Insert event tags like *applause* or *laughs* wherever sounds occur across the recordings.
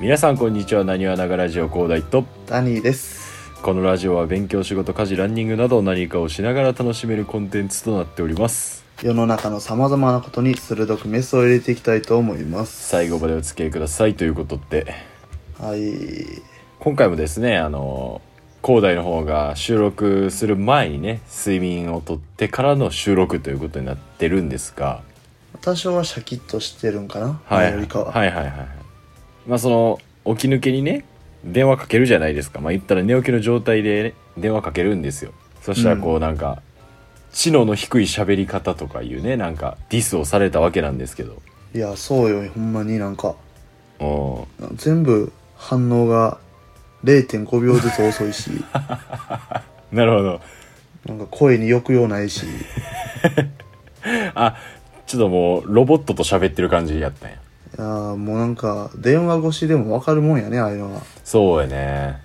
皆さんこんにちはなにわながラジオ高大とダニーです。このラジオは勉強仕事家事ランニングなど何かをしながら楽しめるコンテンツとなっております世の中の様々なことに鋭くメスを入れていきたいと思います。最後までお付き合いくださいということではい。今回もですねあの高大の方が収録する前にね睡眠をとってからの収録ということになってるんですが多少はシャキッとしてるんかな、はい、前よりかは。はいはいはいはいまあその起き抜けにね電話かけるじゃないですかまあ言ったら寝起きの状態でね、電話かけるんですよそしたらこうなんか、知能の低い喋り方とかいうねなんかディスをされたわけなんですけどい、や、そうよ、ほんまになんか、うん全部反応が0.5秒ずつ遅 *laughs* いし、なるほどなんか声に抑揚ないし、あちょっともうロボットと喋ってる感じやったんやいやーもうなんか、電話越しでもわかるもんやね、ああいうのは。そうやね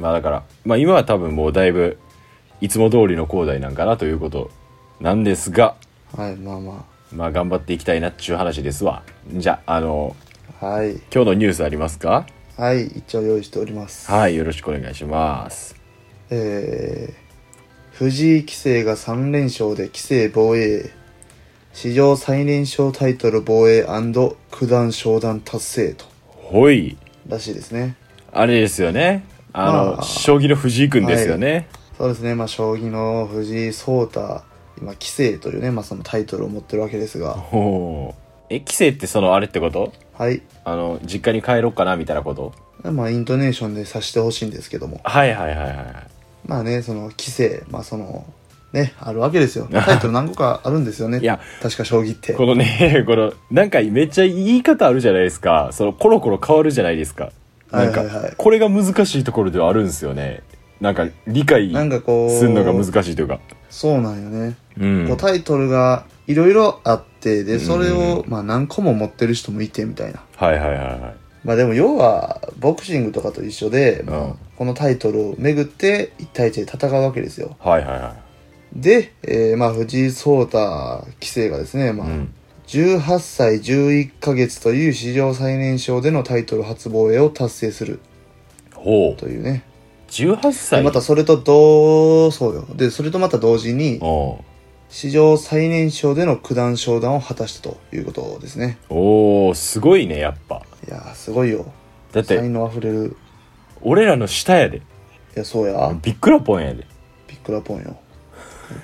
まあだからまあ今は多分もうだいぶいつも通りの高台なんかなということなんですがはい、まあままあ頑張っていきたいなっちゅう話ですわ。じゃあ、あの、あ。はい。今日のニュースありますかはい、一応用意しております。はい、よろしくお願いします。えー藤井棋聖が3連勝で棋聖防衛史上最年少タイトル防衛九段昇段達成とほい。らしいですねあれですよね。あの、あー将棋の藤井くんですよね。そうですねまあ将棋の藤井聡太今棋聖というね、まあ、そのタイトルを持ってるわけですがほう。え、棋聖ってそのあれってことはいあの、実家に帰ろうかなみたいなことまあイントネーションで指してほしいんですけどもはいはいはいはまあねその棋聖まあそのねあるわけですよタイトル何個かあるんですよね *laughs* いや確か将棋ってい。このね、 *laughs* この、なんかめっちゃ言い方あるじゃないですか。その、コロコロ変わるじゃないですか。なんか、はいはいはいこれが難しいところではあるんですよね。なんか、理解なんかこうするのが難しいというか。そうなんよねうん。こうタイトルがいろいろあってでそれうんうんをまあ何個も持ってる人もいてみたいなはいはいはいはい。まあでも要はボクシングとかと一緒で、まあうんこのタイトルをめぐって1対1で戦うわけですよはいはいはで、えーまあ藤井聡太棋聖がですね、まあい。うん。 18歳11ヶ月という史上最年少でのタイトル初防衛を達成するほう。というね、 18で歳。またそれと同そうよでそれとまた同時にお史上最年少での九段昇段を果たしたということですねおーすごいね、やっぱ。いやーすごいよだって、才能あふれる俺らの下やで。いやそうやビックラポンやで。ビックラポンよ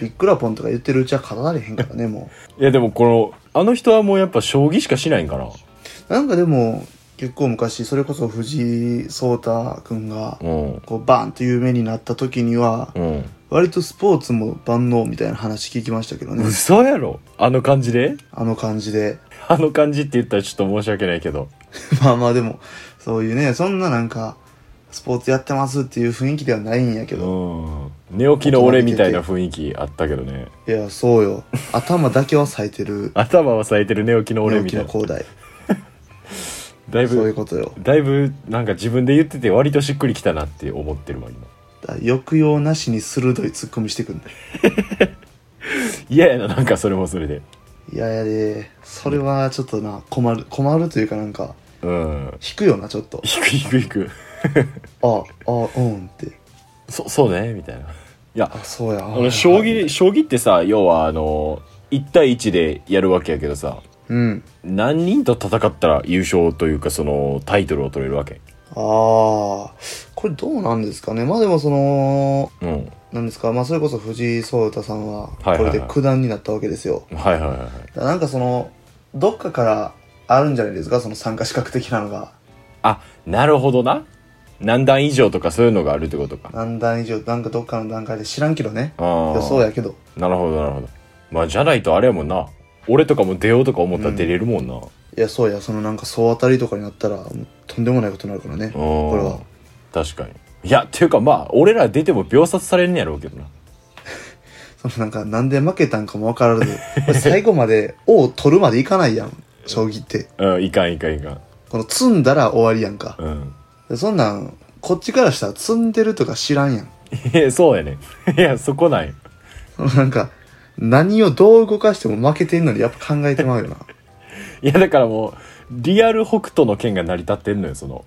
ビックラポンとか言ってるうちは語られへんからねもいや、でもこの、あの人はもうやっぱ将棋しかしないんかな。うなんかでも結構昔それこそ藤井聡太君がうん。こうバーンと有名になった時にはうん。割とスポーツも万能みたいな話聞きましたけどね嘘やろあの感じであの感じで *laughs* あの感じって言ったらちょっと申し訳ないけど。まあまあでもそういうねそんななんかスポーツやってますっていう雰囲気ではないんやけうどん。寝起きの俺みたいな雰囲気あったけどね。いやそうよ頭だけは咲いてる頭は咲いてる寝起きの俺陽み気たのいな。広大だいそういぶ、うことよだいぶなんか自分で言ってて割としっくりきたなって思ってるわ、今。だ抑揚なしに鋭いツッコミしてくんだよ嫌やな、なんかそれもそれで。いやいやでそれはちょっとな困る困るというかなんかうん。引くよなちょっと引く引く引く。ああうんってそ、 *laughs* そうねみたいな。いやあ、そうやああの、将はい棋、将棋ってさ、要はあの、1対1でやるわけやけどさ、うん何人と戦ったら優勝というか、その、タイトルを取れるわけ。ああこれどうなんですかねまあでもそのうん。なんですかまあそれこそ藤井聡太さんははいはいはいこれで九段になったわけですよ、はいはいはいはい。だなんかそのどっかからあるんじゃないですかその参加資格的なのがあ、なるほどな。何段以上とかそういうのがあるってことか。何段以上なんかどっかの段階で知らんけどねああ。予想やけどなるほどなるほど。まあ、じゃないとあれやもんな。俺とかも出ようとか思ったら出れるもんな。いやそうやそのなんか総当たりとかになったらもうとんでもないことになるからねうんこれは。確かに。いや、っていうかまあ、俺ら出ても秒殺されんねやろうけどな。そのなんか、なんで負けたんかもわからず、これ最後まで、王を取るまでいかないやん、将棋って。うん、いかんいかんいかん。この、積んだら終わりやんか。うん。でそんなん、こっちからしたら積んでるとか知らんやん。 *laughs* いや、そうやね。いや、そこなん *laughs* よ。そのなんか、何をどう動かしても負けてんのにやっぱ考えてまうよな。 *laughs* いや、だからもリアル北斗の剣が成り立ってんのよその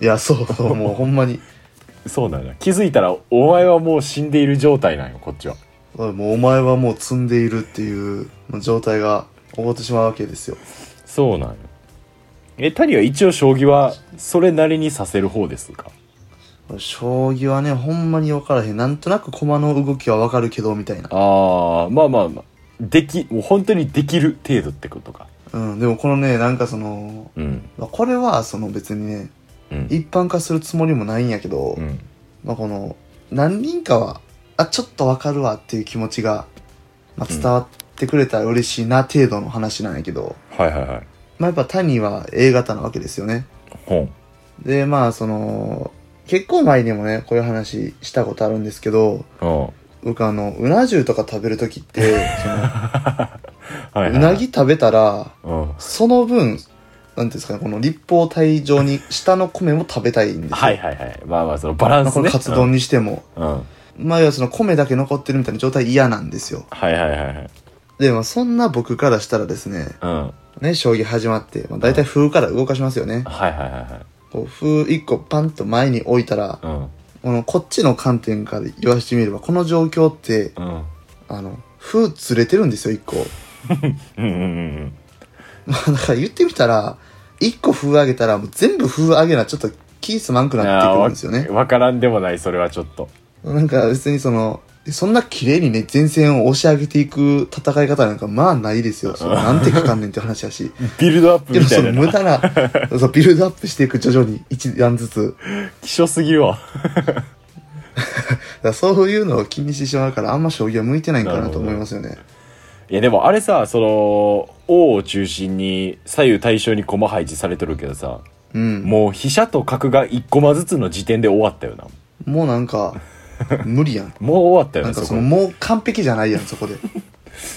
いやそうそうもうほんまにそうなんだ気づいたらお前はもう死んでいる状態なんよこっちはおいもうお前はもう積んでいるっていう状態が起こってしまうわけですよそうなんよえ谷は一応将棋はそれなりにさせる方ですか将棋はねほんまに分からへんなんとなく駒の動きは分かるけどみたいなああまあまあまあできもう本当にできる程度ってことかうんでもこのねなんかそのうんまあこれはその別にねうん一般化するつもりもないんやけど、うんまあ、この何人かはあちょっと分かるわっていう気持ちが、まあ、うん伝わってくれたら嬉しいな程度の話なんやけど、はいはいはいまあ、やっぱ谷は A 型なわけですよね本でまあその結構前にもねこういう話したことあるんですけどうん僕あのうな重とか食べる時って *laughs* そのはいうなぎ食べたらうんはその分なんていうんですかねこの立方体状に下の米も食べたいんですよ、いはいはいまあまあそのバランまあ、スこねのカツ丼にしても、 *laughs* うん、うんまあ要はその米だけ残ってるみたいな状態嫌なんですよはいはいはいはいで、まあ、そんな僕からしたらですねうんはいね将棋始まって、まあ、大体風から動かしますよねはいはいはいこう風一個パンと前に置いたらうんこのこっちの観点から言わせてみればこの状況ってうんあの風ずれてるんですよ一個うんうんうんまあだから言ってみたら一個風上げたらもう全部風上げなちょっと気すまんくうんなってくるんですよねあーわわからんでもないそれはちょっとなんか別にそのそんな綺麗にね前線を押し上げていく戦い方なんかまあないですよそのなんてかかんねんって話やしビルドアップ *laughs* けみどたそいなのな無駄なそうビルドアップしていく徐々に一段ずつ希少すぎるわ *laughs* だからそういうのを気にしてしまうからあんま将棋は向いてないんかなと思いますよねいやでもあれさその王を中心に左右対称に駒配置されてるけどさうんもう飛車と角が1駒ずつの時点で終わったよなもうなんか *laughs* 無理やんもう終わったよななんかそそこのもう完璧じゃないやんそこで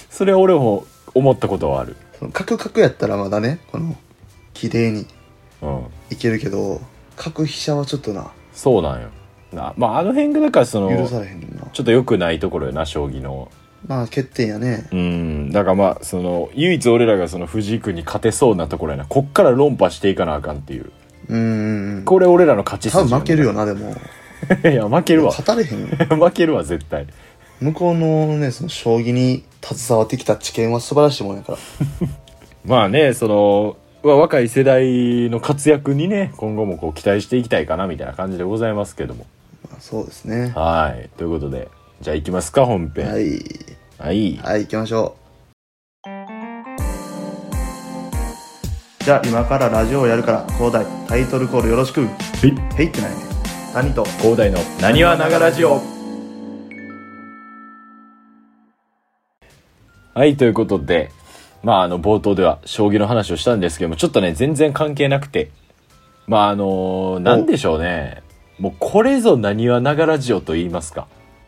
それは俺も思ったことはあるそのカクカクやったらまだねこの綺麗にうんいけるけど角飛車はちょっとなそうなんよなまああの辺がだからそ許のされへんなちょっと良くないところよな将棋のまあ欠点やねうんだからまあその唯一俺らがその藤井君に勝てそうなところやなこっから論破していかなあかんっていううんうんうんこれ俺らの勝ち多分筋や負けるよねなでもいや負けるわ勝たれへんよ負けるわ絶対向こうのねその将棋に携わってきた知見は素晴らしいもんやからまあねそのまあ若い世代の活躍にね今後もこう期待していきたいかなみたいな感じでございますけどもまあそうですねはいということでじゃあ行きますか本編ははい、いはい行きましょうじゃあ今からラジオをやるから広大タイトルコールよろしくへいってないね谷と広大の「なにわながラジオ」はいということでまああの冒頭では将棋の話をしたんですけどもちょっとね全然関係なくてまああのなんでしょうねもうこれぞなにわながラジオと言いますか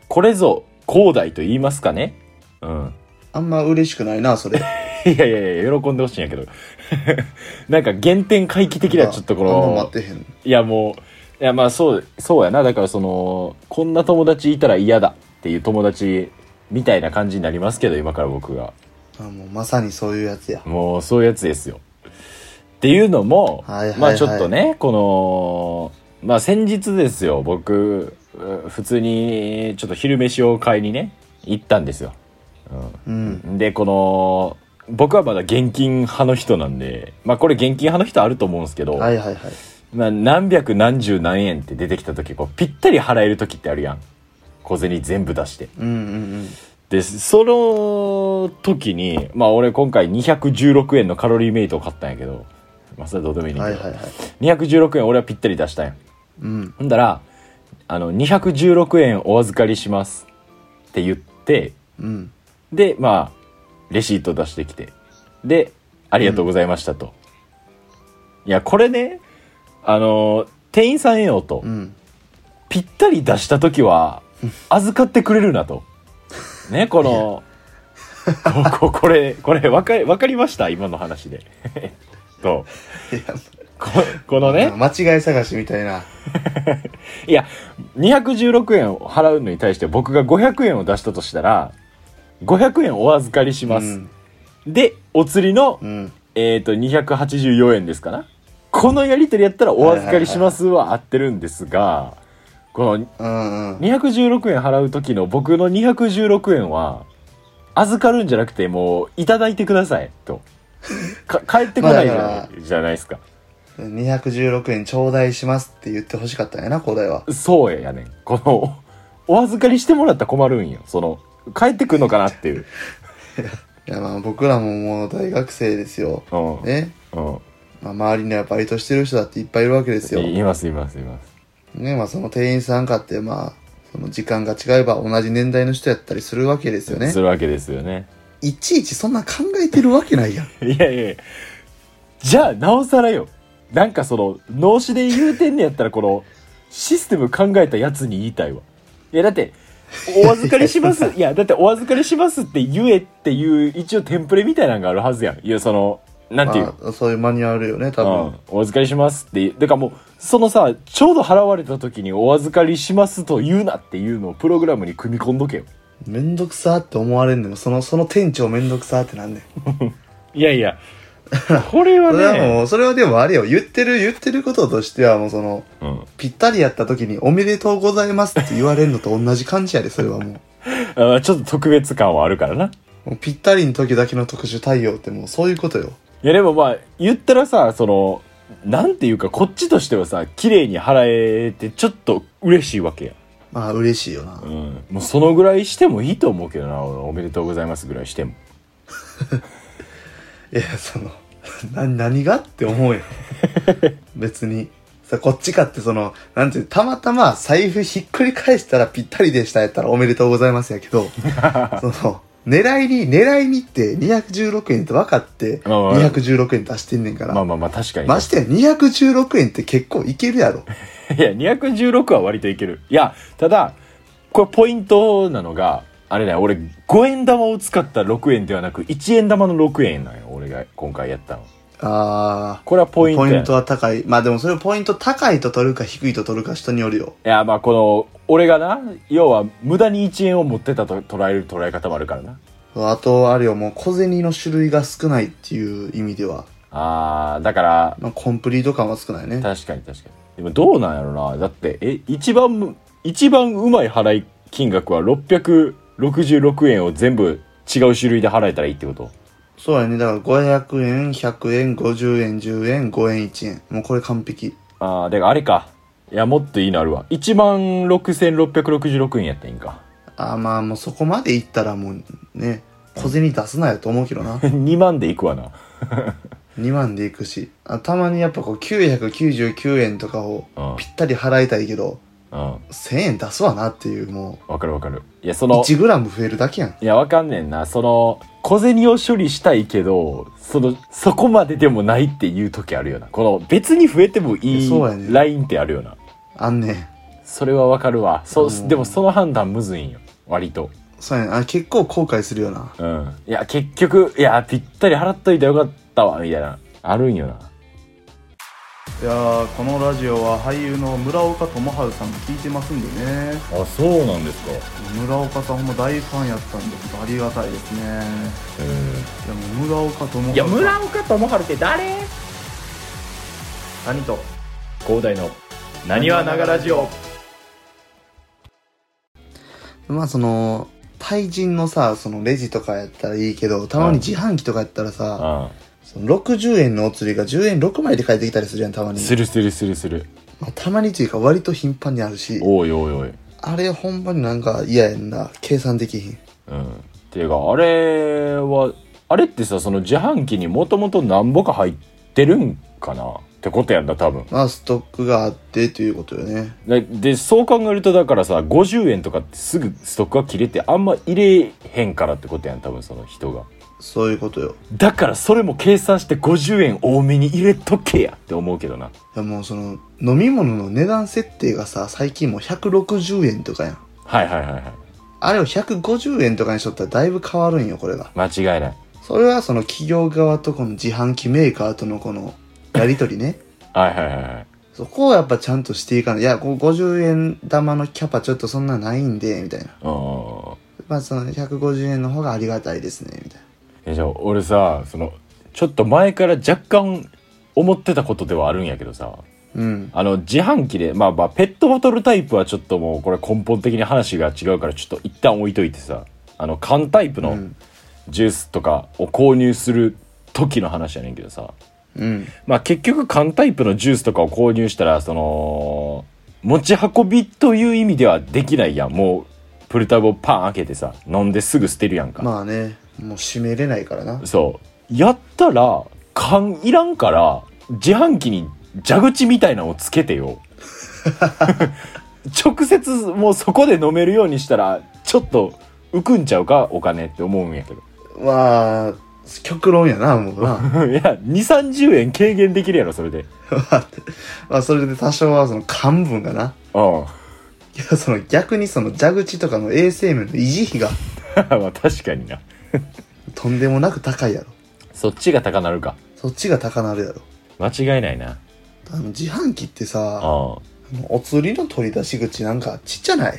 これぞ広大と言いますかねうん *laughs* あんま嬉しく *laughs* ないなそれいやいやいや喜んでほしいんやけど *laughs* なんか原点回帰的なちょっとこあんのま待ってへんいやもういやまあそうそうやなだからそのこんな友達いたら嫌だっていう友達みたいな感じになりますけど今から僕があもうまさにそういうやつやもうそういうやつですよっていうのも、はいはいはいまあちょっとねこのまあ先日ですよ僕う普通にちょっと昼飯を買いにね行ったんですよ、うん、うんでこの僕はまだ現金派の人なんでまあこれ現金派の人あると思うんですけど、はいはいはいまあ、何百何十何円って出てきた時こうぴったり払える時ってあるやん小銭全部出してうんうんでその時にまあ俺今回216円のカロリーメイトを買ったんやけどまあそれはどうでもいいうんねんはけいど、はいはい216円俺はぴったり出したんやうんほんだらあの216円お預かりしますって言ってうんでまあレシート出してきてで「ありがとうございましたと」いやこれねあの店員さんへよと、うんぴったり出した時は預かってくれるなとねこのこここれこれわかわかりました今の話で *laughs* えっとここのね間違い探しみたいないや216円を払うのに対して僕が500円を出したとしたら500円お預かりします、うんでお釣りのうんえっ、と、284円ですかなこのやりとりやったらお預かりしますは合ってるんですが、このうんうん。 216円払う時の僕の216円は、預かるんじゃなくてもう、いただいてください、と。か返ってこないじゃまあなだかいじゃないですか。 216円頂戴しますって言ってほしかったんやな、広大は。そうやねん。この、お預かりしてもらったら困るんよ。その、帰ってくんのかなっていう。いや、まあ僕らももう大学生ですよ。うん。ね。うん。まあ周りにはバイトしてる人だっていっぱいいるわけですよ。います、います、います。ね、まあその店員さんかって、まあ、その時間が違えば同じ年代の人やったりするわけですよねす。るわけですよね。いちいちそんな考えてるわけないやいん。やいやいやじゃあ、なおさらよ。なんかその、脳死で言うてんねやったら、この、システム考えたやつに言いたいわ。いや、だって、お預かりします。いや、だって、お預かりしますって言えっていう、一応テンプレみたいなのがあるはずやん。いや、その、なんていうのまあ、そういうマニュアルよね、多分。うん、お預かりしますってだからもうそのさちょうど払われた時にお預かりしますと言うなっていうのをプログラムに組み込んどけよめんどくさーって思われんでも、その、その店長めんどくさーってなんねん。いやいやこれはそれはねもう、それはでもあれよ、言ってる言ってることとしてはもうその、うんぴったりやった時におめでとうございますって言われるのと同じ感じやで、それはもう。あちょっと特別感はあるからなもうぴったりの時だけの特殊対応ってもうそういうことよ。いやでもまあ言ったらさそのなんていうかこっちとしてはさ綺麗に払えてちょっと嬉しいわけや、まあ嬉しいよなう。ん、もうそのぐらいしてもいいと思うけどな俺おめでとうございますぐらいしてもいや、その、 *laughs* な、何がって思 *laughs* うよ。別に。さ、こっちかってその、なんていう、たまたま財布ひっくり返したらぴったりでしたやったらおめでとうございますやけ *laughs* ど、その、狙いに、狙いにって216円って分かって、まあまあ216円出してんねんから。まあまあまあ確かにましてや216円って結構いける *laughs* やろ。いや、216は割といける。いや、ただ、これポイントなのが、あれだよ、俺5円玉を使った6円ではなく、1円玉の6円なんよ、俺が今回やったの。あー。これはポイントポやイントは高い。まあでもそれポイント高いと取るか低いと取るか人によるよ。いや、まあこの、俺がな、要は無駄に1円を持ってたと捉える捉え方もあるからな。あと、あれよ、もう小銭の種類が少ないっていう意味では、あー、だから、まあ、コンプリート感は少ないね。確かに確かに。でもどうなんやろな。だって、え、一番む、一番うまい払い金額は666円を全部違う種類で払えたらいいってことそうやね。だから500円、100円、50円、10円、5円、1円。もうこれ完璧。ああ、で、あれか。いや、もっといいのあるわ。16,666円やったらいいんか。。あーまあもうそこまでいったらもうね、小銭出すなよと思うけど *laughs* な2万でいくわな。 2万でいくし。あたまにやっぱこう999円とかをうんぴったり払いたいけど、うん。 1000円出すわなっていうも、わかるわかる。いや、そうの、 1グラム増えるだけやん。いや、わかんねんな。その、小銭を処理したいけど、その、そこまででもないっていう時あるよな。この、別に増えてもいいやいそうやねラインってあるよな。あんねん。それはわかるわ。そうん、でもその判断むずいんよ。割と。そうやねん。あ結構後悔するよな。うん。いや、結局、いや、ぴったり払っといたらよかったわ、みたいな。あるんよな。いやーこのラジオは俳優の村岡智春さんも聞いてますんでねあ、そうなんですか。村岡さんほんま大ファンやったんでありがたいですねうん。いやもう村岡智いや春村岡智春って誰谷と広大のなにわながラジオまあその対人のさそのレジとかやったらいいけどたまに自販機とかやったらうさ、んその60円のお釣りが10円6枚で返ってきたりするやんたまに、するするするするまあ、たまにというか割と頻繁にあるしおいおいおいあれほんまになんか嫌やんな計算できひんうんっていうかあれはあれってさその自販機にもともと何ぼか入ってるんかなってことやんだ多分まあストックがあってということよねででそう考えるとだからさ50円とかってすぐストックが切れてあんま入れへんからってことやん多分その人がそういうことよだからそれも計算して50円多めに入れとけやって思うけどないやもうその飲み物の値段設定がさ最近もう160円とかやんはいはいはいはいあれを150円とかにしとったらだいぶ変わるんよこれが間違いないそれはその企業側とこの自販機メーカーとのこのやり取りねはいはいはいはいそこをやっぱちゃんとしていかないいやこう50円玉のキャパちょっとそんなないんでみたいなうんまあその150円の方がありがたいですねみたいなえじゃあ俺さそのちょっと前から若干思ってたことではあるんやけどさうん。あの自販機で、まあ、まあペットボトルタイプはちょっともうこれ根本的に話が違うからちょっと一旦置いといてさあの缶タイプうのん。ジュースとかを購入する時の話やねんけどさ、うん。まあ、結局缶タイプのジュースとかを購入したらその持ち運びという意味ではできないやんもうプルタブをパン開けてさ飲んですぐ捨てるやんか、まあね、もう閉めれないからな。そうやったら缶いらんから自販機に蛇口みたいなのをつけてよ *laughs* 直接もうそこで飲めるようにしたらちょっと浮くんちゃうかお金って思うんやけど *laughs* まあ、極論やな、もうな。いや2 3 0円軽減できるやろそれ *laughs* でまあ、それで多少はその漢文がな。うんいや、その逆にその蛇口とかの衛生面の維持費がまあ確かになとんでもなく高いやろ。そっちが高なるかそっちが高なるやろ。間違いないなあの、自販機ってさ、ああのお釣りの取り出し口なんかちっちゃない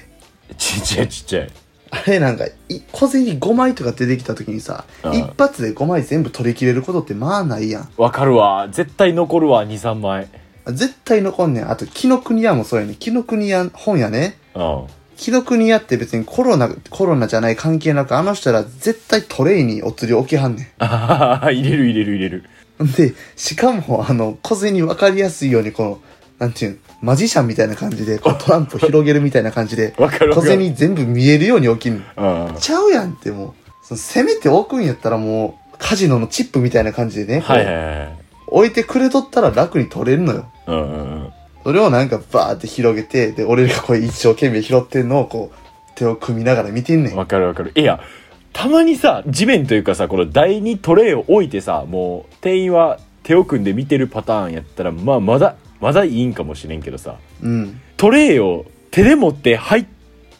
あちっちゃいちっちゃいあれなんか、い小銭5枚とか出てきた時にさ、うん一発で5枚全部取り切れることってまあないやん。わかるわ絶対残るわ23枚絶対残んねん。あと、紀ノ国屋もそうやねん。紀ノ国屋本やね。うん紀ノ国屋って別にコロナ、コロナじゃない関係なく、あの人ら絶対トレイにお釣り置きはんねああ入れる入れる入れるん。で、しかも、あの、小銭分かりやすいように、この、なんていうん、マジシャンみたいな感じで、こうトランプ広げるみたいな感じで、 *laughs* わかるわ小かる銭全部見えるように置きんの。うんちゃうやんってもう、そのせめて置くんやったらもう、カジノのチップみたいな感じでね、こうはいはいはい。置いてくれとったら楽に取れるのよ。うんうんうん。それをなんかバーって広げて、で、俺がこう一生懸命拾ってんのをこう、手を組みながら見てんねん。わかるわかる。いや、たまにさ、地面というかさ、この台にトレイを置いてさ、もう店員は手を組んで見てるパターンやったら、まあまだ、まだいいんかもしれんけどさ、うん。トレイを手で持って入っ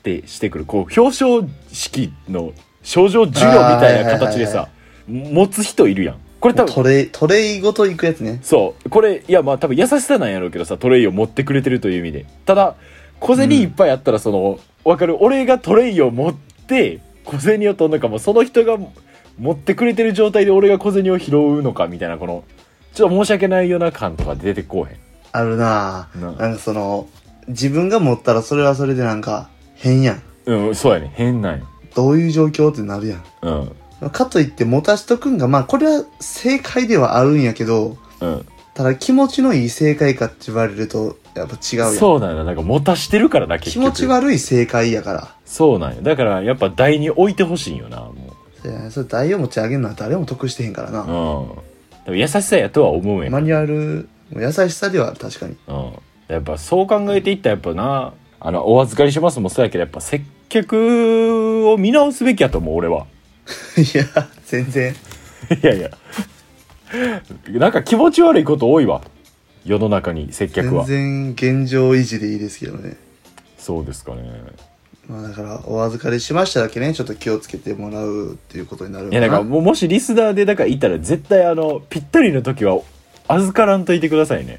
てしてくる、こう表彰式の症状授業みたいな形でさ、持つ人いるやん。これ多分、トレイ、トレイごと行くやつね。そう。これ、いや、まあ多分優しさなんやろうけどさ、トレイを持ってくれてるという意味で。ただ、小銭いっぱいあったら、その、わ、かる俺がトレイを持って、小銭を取るのかも、その人が持ってくれてる状態で俺が小銭を拾うのか、みたいな、この、ちょっと申し訳ないような感とか出てこうへん。あるなぁ。ななんかその、自分が持ったらそれはそれでなんか、変やん。うん、そうやね。変なんよ。どういう状況ってなるやうん。ん。かといって持たしとくんが、まあこれは正解ではあるんやけど、うん。ただ気持ちのいい正解かって言われると、やっぱ違うやん。そうなんだ。なんか、持たしてるからな、結気局。持ち悪い正解やから。そうなんよ。だから、やっぱ台に置いてほしいんよな、もそやそれ台を持ち上げるのは誰も得してへんからな。う。うん。でも優しさやとは思うんやけどマニュアル、優しさではある確かに。うん、やっぱそう考えていったらやっぱなあのお預かりしますもそうやけどやっぱ接客を見直すべきやと思う俺は *laughs* いや、全然。いやいやなんか気持ち悪いこと多いわ世の中に接客全は然現状維持でいいですけどね。そうですかねまあだから、お預かりしましただけね、ちょっと気をつけてもらうっていうことになるのいやなんかもうもしリスナーでだからいたら絶対あのぴったりの時は預からんといてくださいね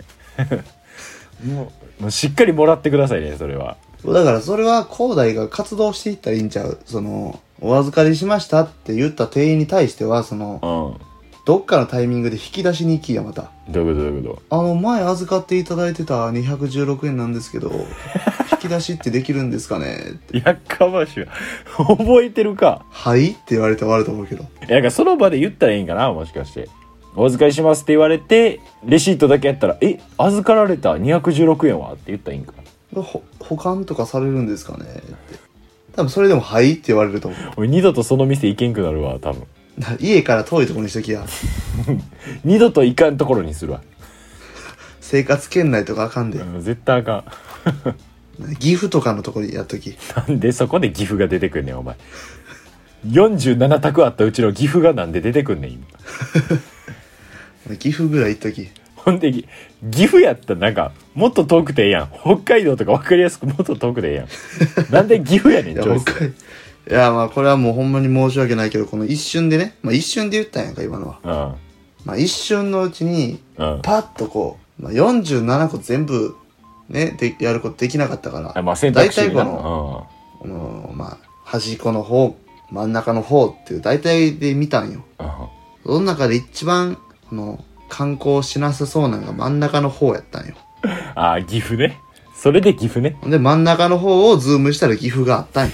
もうもうしっかりもらってくださいねそれはだからそれは、広大が活動していったらいいんちゃうその、お預かりしましたって言った店員に対しては、そのう、んどっかのタイミングで引き出しに行きや、また。どういうことどういうこあの、前預かっていただいてた216円なんです *laughs* けど、引き出しってできるんですかねってとやっかましいわ覚えてるかはいって言われて終わると思うけど。えなんかその場で言ったらいいんかなもしかして。お預かりしますって言われて、レシートだけやったら、え、預かられた216円はって言ったらいいんかな。ほ保管とかされるんですかねって多分それでも「はい」って言われると思う俺二度とその店行けんくなるわ、多分。な家から遠いところにしときや二度と行かんところにするわ。生活圏内とかあかんでうん絶対あか岐阜とかのところにやっときん。なんでそこで岐阜が出てくんねん、お前。47択あったうちの岐阜がなんで出てくんねん、今。岐阜ぐらい行っときほんで、ぎ岐阜やったらなんか、もっと遠くてええやん。北海道とか分かりやすくもっと遠くでええやん。なんで岐阜やねん、いチョやイス北。海いやまあこれはもうほんまに申し訳ないけどこの一瞬でねまあ一瞬で言ったんやんか今のはうん。まあ一瞬のうちにうん。パッとこう、まあ、47個全部ねでやることできなかったからあまあ選択肢大体こなのうん。このまあ端っこの方真ん中の方っていう大体で見たんよあその中で一番この観光しなさそうなんが真ん中の方やったんよああ、岐阜ね。それで岐阜ね。ほんで真ん中の方をズームしたら岐阜があったんよ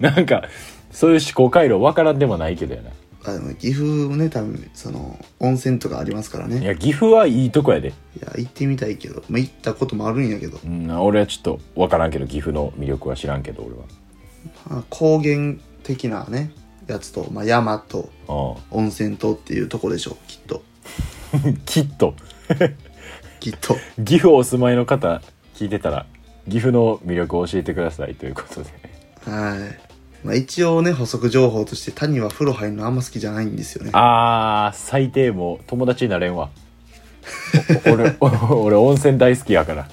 なんか、そういう思考回路わからんでもないけどやな。あでも岐阜もね多分その温泉とかありますからねいや、岐阜はいいとこやで。いや行ってみたいけど、まあ、行ったこともあるんやけど、うん、俺はちょっとわからんけど、岐阜の魅力は知らんけど、俺まあ高原的なねやつと、まあ、山とは。温泉とっていうとこでしょうきっとうん。 *laughs* きっと。きっ *laughs* と岐阜お住まいの方、聞いてたら、岐阜の魅力を教えてくださいということで。はい、まあ、一応ね補足情報として谷は風呂入るのあんま好きじゃないんですよねあー、最低もう友達になれんわ。お俺、お俺温泉大好きやから。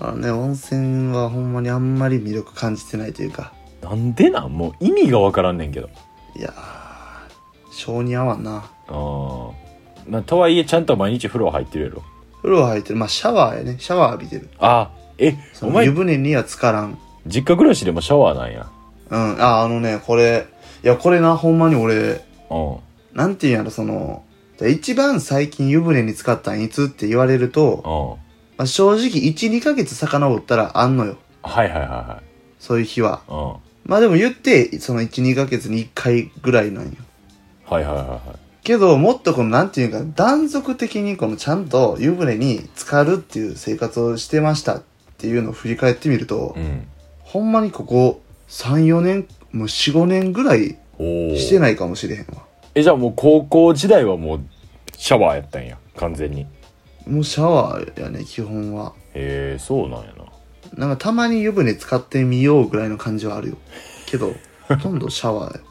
あのね温泉はほんまにあんまり魅力感じてないというかなんでなんもう意味がわからんねんけど。いやー性に合わんなあーまあ、とはいえちゃんと毎日風呂入ってるやろ風呂入ってるまあシャワーやねシャワー浴びてるあえそおの前湯船には浸からん実家暮らしでもシャワーなんやうん、あ、あのね、これ、いや、これな、ほんまに俺、うんなんていうんやろ、その、一番最近湯船に使ったんいつって言われると、うんまあ、正直1、2ヶ月遡ったらあんのよ。はいはいはいはそういう日は。いうんまあでも言って、その1、2ヶ月に1回ぐらいなんよ。はいはいはいはいけど、もっとこの、なんていうんか、断続的にこのちゃんと湯船に浸かるっていう生活をしてましたっていうのを振り返ってみると、うんほんまにここ3、4年、もう4、5年ぐらいおおしてないかもしれへんわ。えじゃあもう高校時代はもうシャワーやったんや完全にへもうシャワーやね、基本は。えそうなんやななんかたまに湯船使ってみようぐらいの感じはあるよ。けど、ほとんどシャワーよ。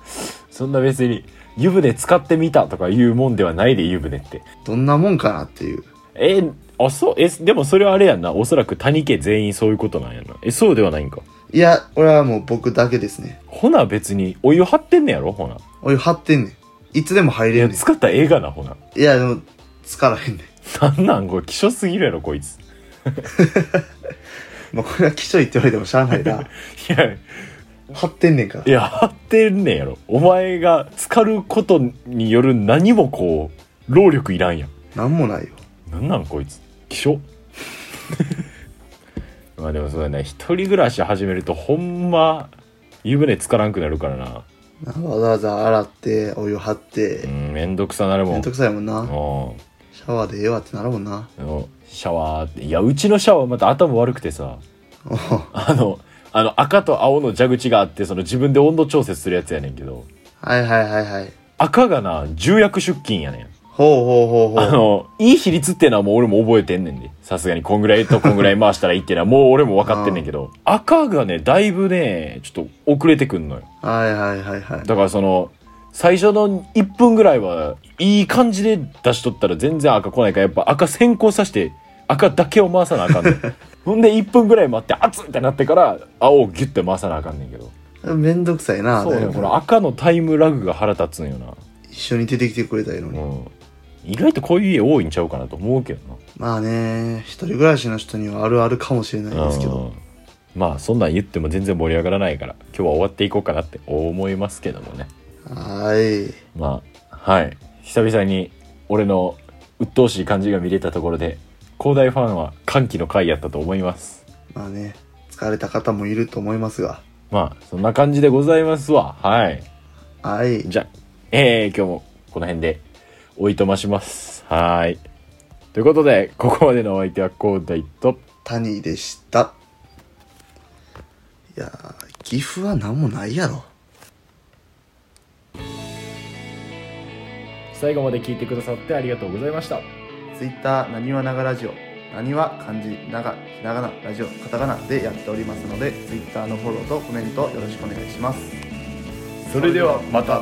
そんな別に湯船使ってみたとかいうもんではないで湯船ってどんなもんかなっていう。えあそうえでもそれはあれやんなおそらく谷家全員そういうことなんやなえそうではないんかいや、これはもう僕だけですね。ほな別にお湯張ってんねやろほなお湯張ってんねん。いつでも入いれやんね。使ったらええがなほなん *laughs* いや、でも、疲らへんねなんなんこれ希少すぎるやろこいつん。まあ、これは気象いって言われてもしゃあないな。いやい張ってんねんから。や張ってんねんやろお前が浸かることによる何もこう労力いらんやんなんもないよ。なんなんこいつ希少 *laughs* まあでもそうだね一人暮らし始めるとほんま湯船つからんくなるからななんかわざわざ洗って、お湯張っうて。んめんどくさなるもめんんどくさいもんうな。んシャワーでええわってなるもんな。うんシャワーっていやうちのシャワーまた頭悪くてさおうあのあの赤と青の蛇口があってその自分で温度調節するやつやねんけどはいはいはいはい。赤がな重役出勤やねんほうほうほうあほう。のいい比率っていうのはもう俺も覚えてんねんでさすがにこんぐらいとこんぐらい回したらいいっていうのはもう俺も分かってんねんけど赤がねだいぶねちょっと遅れてくんのよはいはいはいはい。だからその最初の1分ぐらいはいい感じで出しとったら全然赤来ないからやっぱ赤先行させて赤だけを回さなあかんね *laughs* んほんで1分ぐらい待って熱ってなってから青をギュッて回さなあかんねんけどめんどくさいな。そうだねいぶこの赤のタイムラグが腹立つんよな一緒に出てきてくれたらいいのに。うん、意外とこういう家多いんちゃうかなと思うけどなまあね、一人暮らしの人にはあるあるかもしれないですけうど。んまあそんなん言っても全然盛り上がらないから今日は終わっていこうかなって思いますけどもねはーい。まあはい久々に俺の鬱陶しい感じが見れたところで広大ファンは歓喜の回やったと思いますまあね、疲れた方もいると思いますが。まあそんな感じでございますわはいはい。じゃあえー、今日もこの辺でおいとましますはーいということでここまでのお相手は広大とタニーでした。いやー、岐阜は何もないやろ。最後まで聞いてくださってありがとうございましたツイッター、なにわながラジオ。なにわ漢字、なが、ひらがな、ラジオ、カタカナでやっておりますので、ツイッターのフォローとコメントよろしくお願いします。それではまた